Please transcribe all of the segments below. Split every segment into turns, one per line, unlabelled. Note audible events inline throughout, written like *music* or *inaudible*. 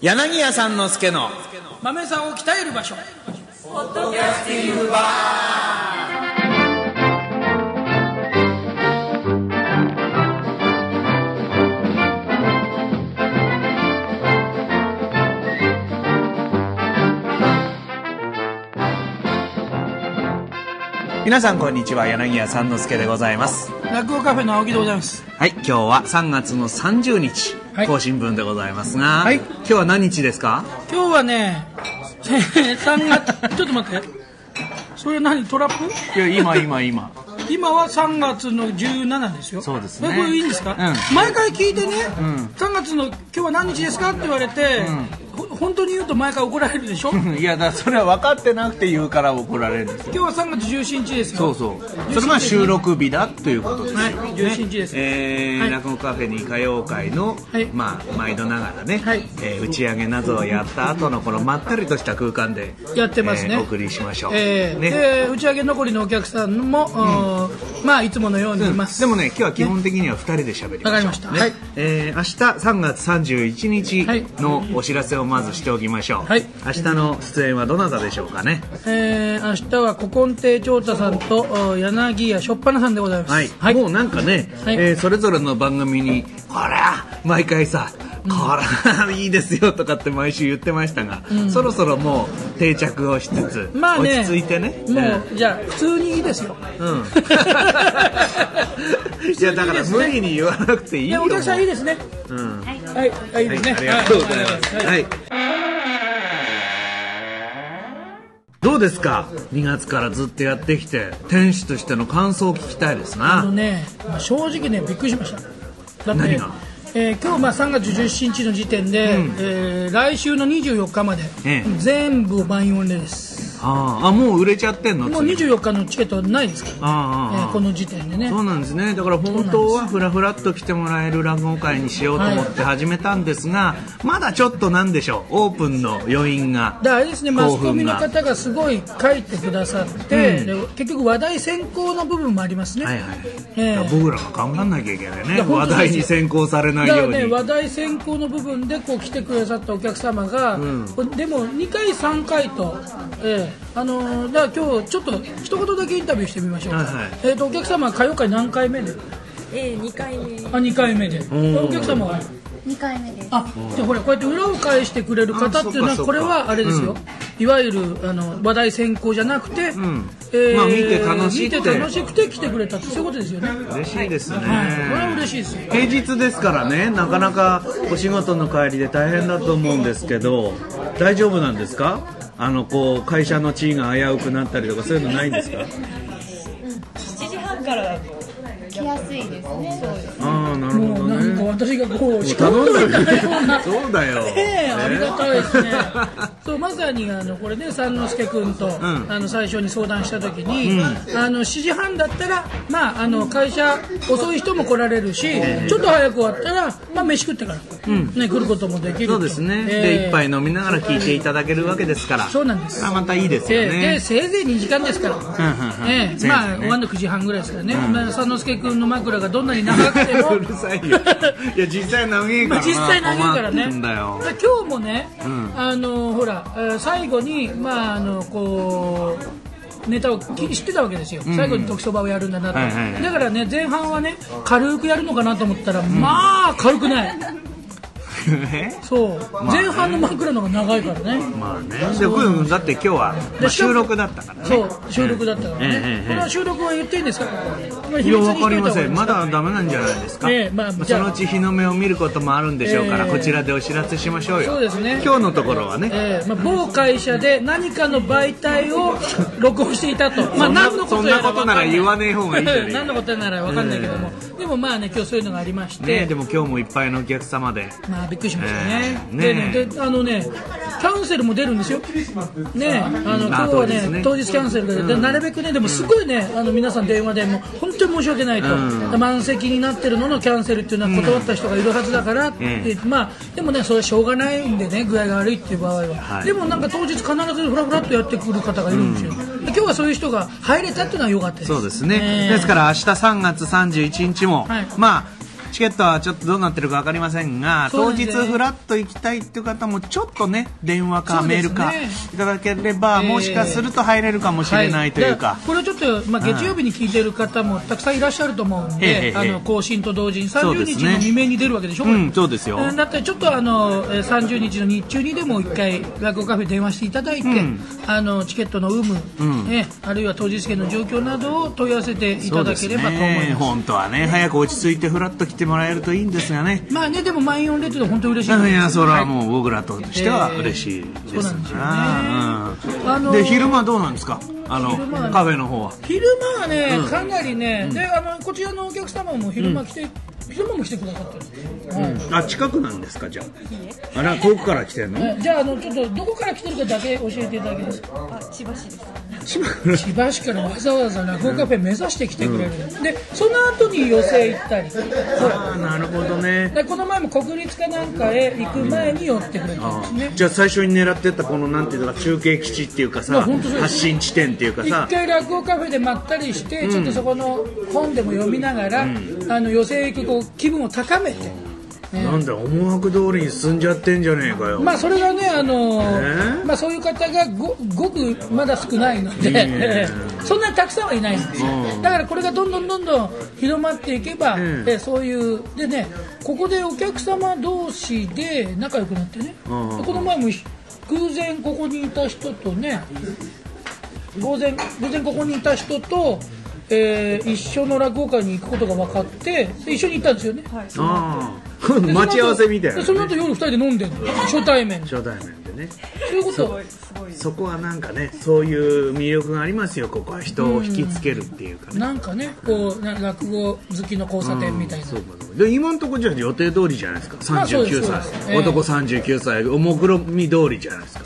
柳家さんの助の
豆さんを鍛える場所
皆さんこんにちは柳家さんの助でございます
落語カフェの青木でございます
はい今日は3月の30日、
はい
更新分でございますが、
はい
今日は何日ですか
今日はね *laughs* 3月ちょっと待ってそれ何トラッ
い
プ
や今今今 *laughs*
今は3月の17ですよ
そうですね
えこれいいんですか、
う
毎回聞いてね、3月の今日は何日ですかって言われて、ほ本当に言うと毎回怒られるでしょ今
いやだそれは分かってなくて言うから怒られるんですよ
日は3月17日ですよ
そうそうそれが収録日だということです
はい
よ、
17日です、
えー
はい
落語カフェに歌謡会の、
はい
まあ、毎度ながらね、
はい
えー打ち上げなどをやった後のこのまったりとした空間で
やってますね
えーお送りしましょう、
えー
ね
で打ち上げ残りのお客さんも、あーまあいつものようにいます、
でもね今日は基本的には2人で喋りましょう
わかりました
ね
はい
えー明日3月31
はい
日のお知らせをまずしておきましょう、
はい
明日の出演はどなたでしょうかね
えー明日は古今亭長太さんとお柳家しょっぱなさんでございます
はい、もうなんかね、
はい
えーそれぞれの番組に「こら毎回さこら、 *laughs* いいですよ」とかって毎週言ってましたが、そろそろもう定着をしつつ、
まあね
落ち着いてね
もうじゃあ普通にいいですよ
うんいやだから無理に言わなくていい
い
よ
やお客さんいい *laughs* ですね
うんは
はいはいいいですね
い、ありがとうございます、
はい
はいどうですか2月からずっとやってきて天使としての感想を聞きたいです
あの
な
ね、まあ正直ねびっくりしましただって
何が
えー今日まあ3月17日の時点で、えー来週の24日まで、
ええ
全部満員御礼です
あーあもう売れちゃってんの
もう24日のチケットないですから、え
ああああああ
ーこの時点でね
そうなんですねだから本当はふらふらっと来てもらえる落語会にしようと思って始めたんですが、まだちょっとなんでしょうオープンの余韻が
だからあれですねマスコミの
興奮
方がすごい書いてくださって、で結局話題先行の部分もありますね、
はいはい、
ええ
だから僕らが頑張んなきゃいけない
い
ね
や本
話
当ですよ
題に先行されない
だから
ように、
ね、話題先行の部分でこう来てくださったお客様が、
ん
これでも2回、3回と、ええあのーだから今日ちょっと一言だけインタビューしてみましょうか、
はいはい
えー、とお客様は歌謡会何回目で
えー、2回目
あ2回目で、
ん
お客様は
2回目です
あでほらこうやって裏を返してくれる方っていうの
あ
は
そっかそっか
これはあれですよ、いわゆるあの話題先行じゃなくて、
ん
え
まあ見て楽しいって
見て楽しくて来てくれたってそういうことですよね、はい、
嬉しいですね、
これは嬉しいですよ
平日ですからねなかなかお仕事の帰りで大変だと思うんですけど大丈夫なんですかあのこう会社の地位が危うくなったりとかそういうのないんですか
7時半からだと来やすいですねそうです
ああなるほ
も
ど
うなんか
ね
私がこう仕込
頼
んど
ん
い
だ
た
よね
ような
そうだよ、。
ええありがたいですねそうまさにあのこれね三之助君と、
ん
あの最初に相談した時に、あの7時半だったらまああの会社遅い人も来られるし、ちょっと早く終わったらまあ飯食ってから、ね来ることもできると。
そうですね、
ええ
で一杯飲みながら聞いていただけるわけですから
そうなんです
あまたいいですよ
ええ
ね
で、せいぜい2時間ですから、
んうん
ええ
せいぜいね
まあ、終わるの9時半ぐらいですからね、まあ三之助君の枕がどんなに長くても、
*laughs* うるさいよいや実際長いか
ま
らな
あ、実際投げるからね
困るんだよ
まあ今日もね、
ん
あのほら、えー最後に、まあ、あのこうネタをき知ってたわけですよ、最後に時そばをやるんだなと、
はいはいはい
だからね前半はね軽くやるのかなと思ったら、まあ軽くない
え
そう、
あね
前半の枕の方が長いからね、
まあねで僕だって今日は、まあ、
しかも
収録だったからね
そう収録だったからね、
ええええ
これは収録は言っていいんですか、これ
い
秘
や
密に
わ
し
か
と
り
いた
ま
方が
せ
いい
ん
んです
ま
か
だダメなんじゃないですか、
ええまあ
そ
じゃあ
のうち日の目を見ることもあるんでしょうから、
ええ
こちらでお知らせしましょうよ
そうですね
今日のところはね、
ええまあ、某会社で何かの媒体を録音していたと、まあ、
んな
何のことやらわか
そん
ん
なことなら言わねえ方がいいんじゃねえか
何のことなら分かんないけども、でもまあね今日そういうのがありまして、
ねでも今日もいっぱいのお客様で
まあびっくりしましたね,、
ええねえ
でねであのねキャンセルも出るんですよ、ね、あの今日
当
は
日
ね
ね
当日キャンセルが出て、なるべくねでもすごいね、あの皆さん電話でもう本当に申し訳ないと、満席になってるののキャンセルっていうのは断った人がいるはずだからって、
え
まあでもねそれはしょうがないんでね具合が悪いっていう場合は、
はい
でもなんか当日必ずフラフラっとやってくる方がいるんですよ、で今日はそういう人が入れたっていうのは良かったです
そうですね、
ええ
ですから明日3月31日も、
はい
まあチケットはちょっとどうなってるか分かりませんが、
そ
当
うなん
日
です
フラッと行きたいっていう方もちょっとね電話か
そう
メー
です
ル
ね
かいただければ、
えー
もしかすると入れるかもしれないというか、
はだらこれちょっと、まあ、月曜日に聞いてる方もたくさんいらっしゃると思うん
えええ
で、
え
あの更新と同時に
そう
30
です
日
ね
の未明に出るわけでしょ、こ
う
れ
んそうですよ、
うんだってちょっとあのえー30日の日中にでも一回落語カフェ電話していただいて、
うん
あのチケットの有無、
ん
ね、あるいは当日券の状況などを問い合わせていただければと思
そうです
い
ね
ます。
本当はね早く落ち着いてフラッと来てもらえるといいんですがね
まあね、でも満員御礼っていうのは本当に嬉しいと思
い
いま
や
す
それはもう僕らとしては嬉しい
そ
で
うな
す
んですよね
が
あ
うん
の
で昼間どうなんですかあの
昼間はね
カフェの方は
昼間はね、かなりね、であのこちらのお客様も昼間来て、昼間も来てくださってるんですよ、うん
あ近くなんですかじゃああら遠くから来てんの
ねじゃああのちょっとどこから来てるかだけ教えていただけますか
あ千葉市です
千葉から
千葉市からわざわざ落語カフェ目指して来てくれる、でその後に寄席行ったりほら
あなるほどね
でこの前も国立かなんかへ行く前に寄ってくれたんですね、
じゃあ最初に狙ってたこのなんていうか中継基地っていうか
い
さ
や本当そうです
発信地点っていうか
一
さ
回落語カフェでまったりして、ちょっとそこの本でも読みながら、あの寄席へ行くこう気分を高めて、
なんだ思惑通りに進んじゃってんじゃねえかよ
まあそれがね、あの
ー
まあ、そういう方がごごくまだ少ないので、 *laughs* そんなにたくさんはいないんですよ、だからこれがどんどんどんどん広まっていけば、
ん
えそういう、でね、ここでお客様同士で仲良くなってね、
うん
この前も偶然ここにいた人とね、偶然偶然ここにいた人と、えー一緒の落語会に行くことが分かって、で一緒に行ったんですよね。
ああ
で
待ち合わせみたいな
でその後夜二人で飲んでるの初対面で
初対面でね
そういうこと
そこはなんかねそういう魅力がありますよここは人を引きつけるっていうかね、
なんかねこうな落語好きの交差点みたいな、
そうかそうかで今のところじゃあ予定通りじゃないですか
まあそうです
39歳、
そうですええ
男39歳おもくろみ通りじゃないですか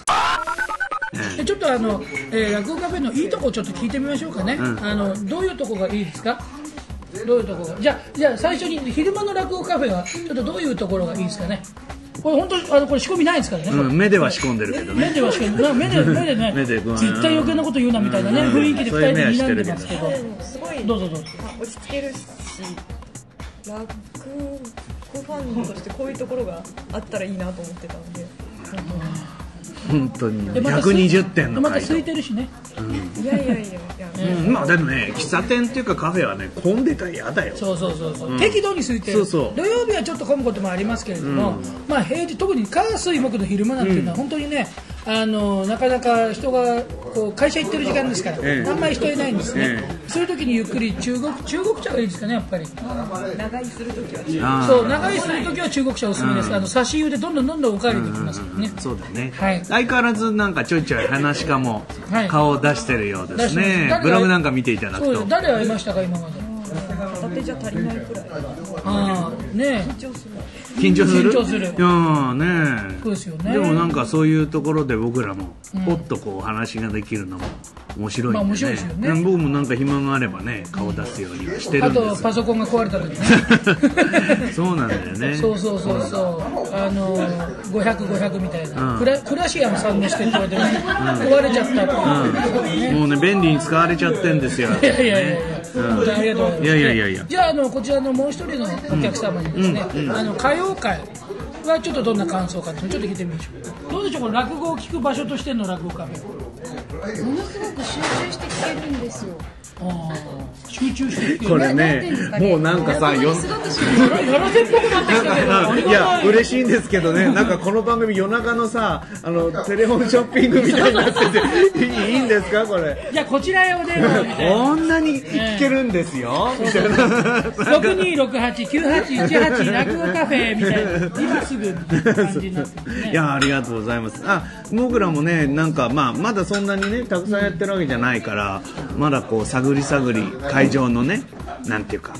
でちょっとあの、えー落語カフェのいいとこちょっと聞いてみましょうかね、あのどういうとこがいいですかどういうとこがじゃあじゃあ最初に昼間の落語カフェはちょっとどういうところがいいですかねこれ本当あのこれ仕込みないですからね、
うん目では仕込んでるけどね
目ではしか
*laughs*
な目で目でね
目でごめん
絶対余計なこと言うなみたいなね、
うん
雰囲気で
そういう
二
目はし
人
て
で睨
る
んでますけど
でもすごい
どうぞどうぞ
まあ落ち着けるし楽ファンとしてこういうところがあったらいいなと思ってたんで
本当に
でまた
120点の
また
回答
空いてるしね
いやいやいやいや、
うんまあでもね喫茶店っていうかカフェはね混んでたら嫌だよ
そうそうそうそう、適度に空いてる
そうそう
土曜日はちょっと混むこともありますけれども、まあ平日特に火水木の昼間なんていうのは本当にね、あのなかなか人がこう会社行ってる時間ですから、
ええ
あんまり人いないんですね、
え
そういう時にゆっくり中国中国茶がいいですかねやっぱり
長居するときはちょっ
あ
そう長居する時は中国茶おすすめです、あの差し湯でどんどんどんどんおかわりできますからね、
ーそうだね、
はい
相変わらずなんかちょいちょい話しかも
はい
顔を出してるようです
出して
ね、
ます
ブログなんか見ていただ
そう
く
で
と
す誰会いましたか今まで
と片手じゃ足りないくらい
ああねえ
緊張する
緊張する
緊張する
いやーね
そうですよね
でもなんかそういうところで僕らもポッとこうお話ができるのも面白いんで、ね
まあ面白いですよね
うん僕もなんか暇があればね顔出すようにはしてる
あ
んで
と
すよ
パソコンが壊れた時
*laughs*
*laughs* ね
そうなんだよね
そうそうそうそう、あの五百五百みたいな、クラクラシアンさんの視点って言われてます、壊れちゃったってことですね。
もうね便利に使われちゃってんですよ
いやいやいやいや、本当にありがとうございます。
いやいやいやいや
じゃああのこちらのもう一人のお客様にですね、あの歌謡界はちょっとどんな感想かっていうのをちょっと聞いてみましょう。どうでしょうこれ落語を聞く場所としての落語カフェ。
ものすごく集中して聞けるんですよ。
あー集中して聞け
こ
る。
れ
なんて
ね
いうんですか
もうなんかさ
ここ
よ
にすごく集中して
やらせっぽくなってきたけど、あり
い
がた
や
い。
嬉しいんですけどね、なんかこの番組、夜中のさ、あのテレフォンショッピングみたいになってて、いいいいんですか、これ、
じゃあこちらへお電話をみたいな。
こんなに聞けるんですよ、みたいな、
六二六八九八一八落語カフェみたいな今すぐみたいな感じになってますね。
いやありがとうございますあ僕らもねなんか、まあ、まだそんなにねたくさんやってるわけじゃないからまだこう探り探り会場のねなんていうか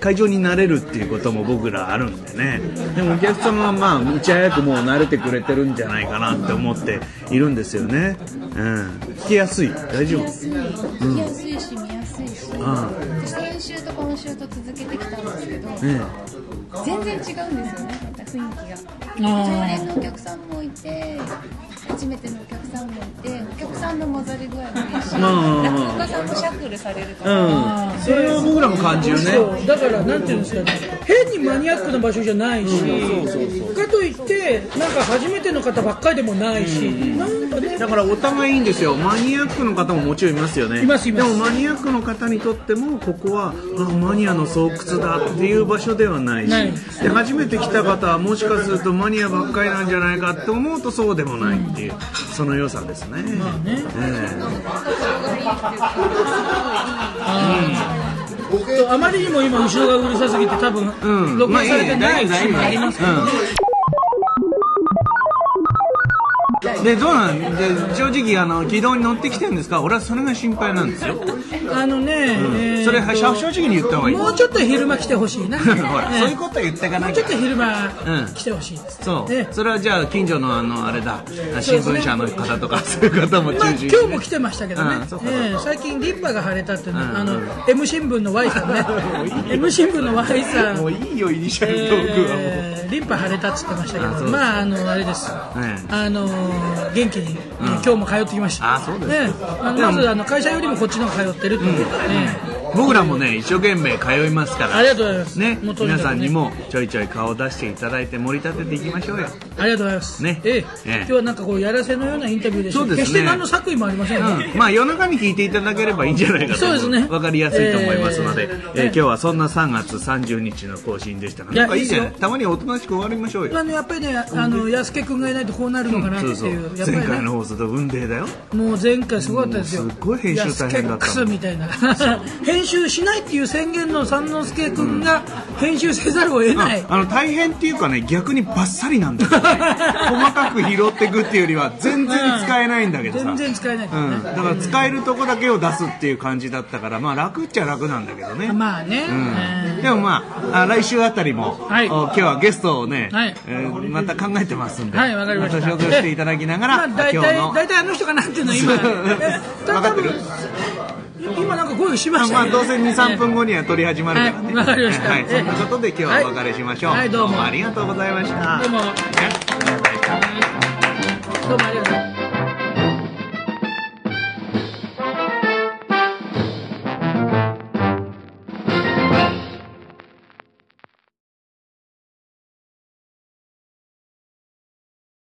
会場に慣れるっていうことも僕らあるんでねでもお客様はまあいち早くもう慣れてくれてるんじゃないかなって思っているんですよね、うん、聞きやすい大丈夫
安い、聞きやすいし、見やすいし、
ん
先週と今週と続けてきたんですけど、
え
全然違うんですよね、また雰囲気が。
あー
常連のお客さんもいて、初めてのお客さんもいて、お客さんの混ざり具合もいいし
うんうんうん
落語家さんもシャッフルされるから、
うんそれは僕らも感じるね
そうだからなんていうんですかね変にマニアックな場所じゃないし、かといってなんか初めての方ばっかりでもないし、なんかね
だからお互いいいんですよマニアックの方ももちろんいますよね
いますいます
でもマニアックの方にとってもここはあマニアの巣窟だっていう場所ではないし
ない
で初めて来た方はもしかするとマニアばっかりなんじゃないかって思うとそうでもないっていうその良さですね,、え
ね
え
とあまりにも今後ろがうるさすぎて多分、
うん
録画されてないし、
まあいいね
ありますけど、
でどうなんで正直あの軌道に乗ってきてるんですか俺はそれが心配なんですよ
あのね、えーと
それは正直に言った方がいい
もうちょっと昼間来てほしいな
*laughs* ほらそういうこと言ってか
も
な
う
き
ちょ
ゃ
っと昼間
うん
来てほしいです、
そう、
ね
それはじゃあ近所のあのあれだ新聞社の方とかそういう方も中
まあ、
心に、
今日も来てましたけどね、
うんそうか
ええ最近リッパが腫れたっていうのは、あの M 新聞の Y さ
*laughs*
んね M 新聞の Y さん
もういいよイニシャル *laughs* トークはもう、
えーリンパ腫れたっつってましたけ
あそう
ど、
です
まああのあれです。
ええ
あのー元気に、今日も通ってきました。
あそうですか
ねあのまずあの会社よりもこっちの方が通ってるっていう、ね
僕らもね一生懸命通いますから
ありがとうございます。
ね
もうとに
皆
かく
さん
ね
にもちょいちょい顔を出していただいて盛り立てていきましょうよ
ありがとうございます。
ね
え
え
え
え
今日はなんかこうやらせのようなインタビューでした。
そうですね
決して何の作為もありません、ね。
うんまあ夜中に聞いていただければいいんじゃないかと
そうですね
分かりやすいと思いますので、え
えー
ー今日はそんな3月30日の更新でしたが
いや
なんかいいじゃない
いいです
たまにおとなしく終わりましょうよ
あのやっぱりね、あの安家君がいないとこうなるのかなって
そうそう
いう、やっぱ
前
り
回
ね
の、放送と運命だよ
もう前回すごかったですよ、
もうすっごい編集大変だった
安家クスみたいな、編集しないっていう宣言の三之助君が編集せざるを得ない、
あの大変っていうかね逆にバッサリなんだよ、
*laughs*
ね、細かく拾っていくっていうよりは全然使えないんだけどさ、
全然使えないか
うん、
らね、
だから使えるとこだけを出すっていう感じだったから、まあ、楽っちゃ楽なんだけどね、
まあね、
うん、でもまああ来週あたりも、
はい
お今日はゲストをね、
はい
えーまた考えてますんで、
はいわかりました
紹介していただきながら、
まあ、大
今日の
体大体あの人がなんていうの今
*laughs* わかってる
今今なんか声がしました
ま
よ
あどうせ23分後には撮り始まるからね、
はいわかりました
はい、そんなことで今日はお別れしましょう、
はいはいどうも
ありがとうございました
どうも
ね
どうもありがとう